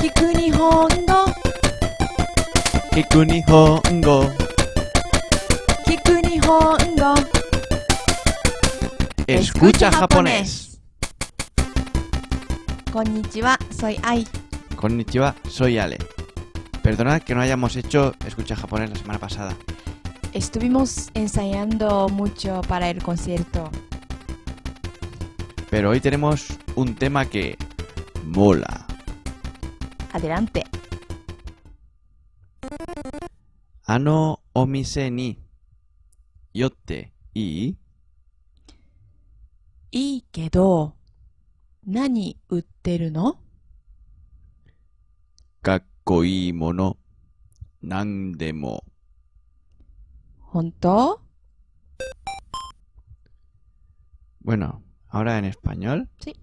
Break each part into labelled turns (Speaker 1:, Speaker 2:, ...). Speaker 1: 聞く日本語
Speaker 2: 聞く日本語
Speaker 1: 聞く日本語
Speaker 2: Escucha japonés
Speaker 1: こんにちは soy Ai
Speaker 2: Konnichiwa, soy Ale Perdonad que no hayamos hecho Escucha japonés la semana pasada
Speaker 1: estuvimos ensayando mucho para el concierto
Speaker 2: Pero hoy tenemos un tema que mola
Speaker 1: adelante
Speaker 2: Ano omise ni yotte ii
Speaker 1: いいけど何売ってるの
Speaker 2: かっこいいものなんでも
Speaker 1: 本当
Speaker 2: Bueno, ahora en español.
Speaker 1: Sí.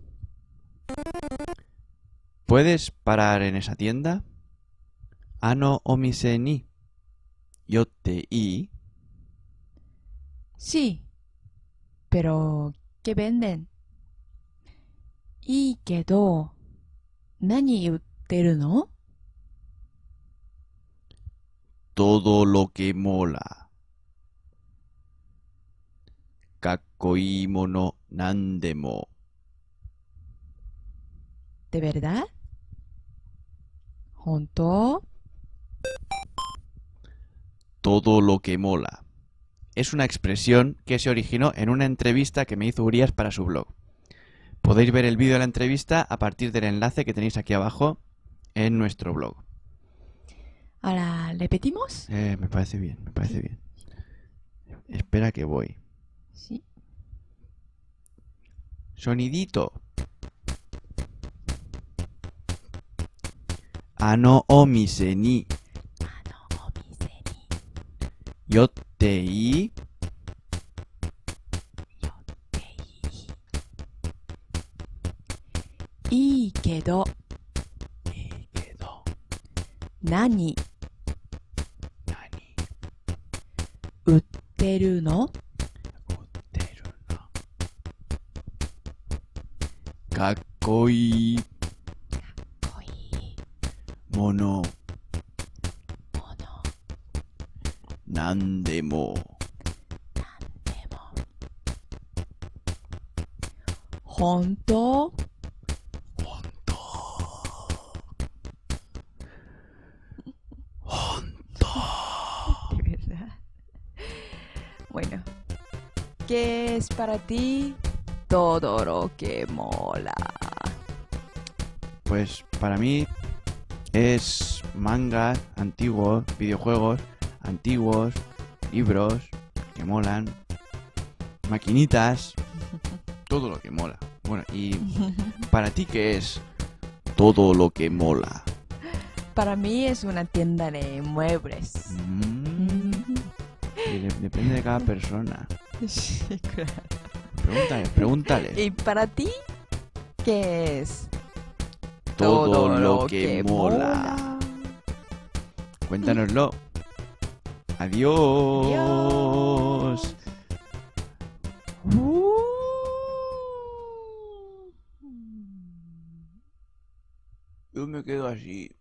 Speaker 2: ¿Puedes parar en esa tienda? Ah, Ano omise ni yotte ii
Speaker 1: Sí. Pero, ¿qué venden? いいけど、何売ってるの
Speaker 2: todo lo que mola. Kakkoi mono nandemo.
Speaker 1: ¿De verdad? 本当
Speaker 2: Todo lo que mola. Es una expresión que se originó en una entrevista que me hizo Urias para su blog. Podéis ver el vídeo de la entrevista a partir del enlace que tenéis aquí abajo en nuestro blog.
Speaker 1: Ahora, ¿repetimos?
Speaker 2: Eh, me parece bien, me parece bien. Espera que voy.
Speaker 1: Sí.
Speaker 2: Sonidito. Ano omise ni
Speaker 1: あのお店に
Speaker 2: yotte
Speaker 1: 寄
Speaker 2: i
Speaker 1: っていい。いいけど、
Speaker 2: kedo
Speaker 1: 何
Speaker 2: nani
Speaker 1: 売ってるの
Speaker 2: utteru no. Kakkoi
Speaker 1: かっこいいもの
Speaker 2: mono nandemo
Speaker 1: でも本当 De verdad. Bueno. ¿Qué es para ti todo lo que mola?
Speaker 2: Pues para mí es manga antiguos, videojuegos antiguos, libros que molan, maquinitas, todo lo que mola. Bueno, y para ti qué es todo lo que mola.
Speaker 1: Para mí es una tienda de muebles.
Speaker 2: Mm, y de- depende de cada persona.
Speaker 1: Sí, claro.
Speaker 2: Pregúntale, pregúntale.
Speaker 1: ¿Y para ti qué es?
Speaker 2: Todo lo que mola. Cuéntanoslo. Adiós.
Speaker 1: Adiós. Uh.
Speaker 2: Yo me quedo así.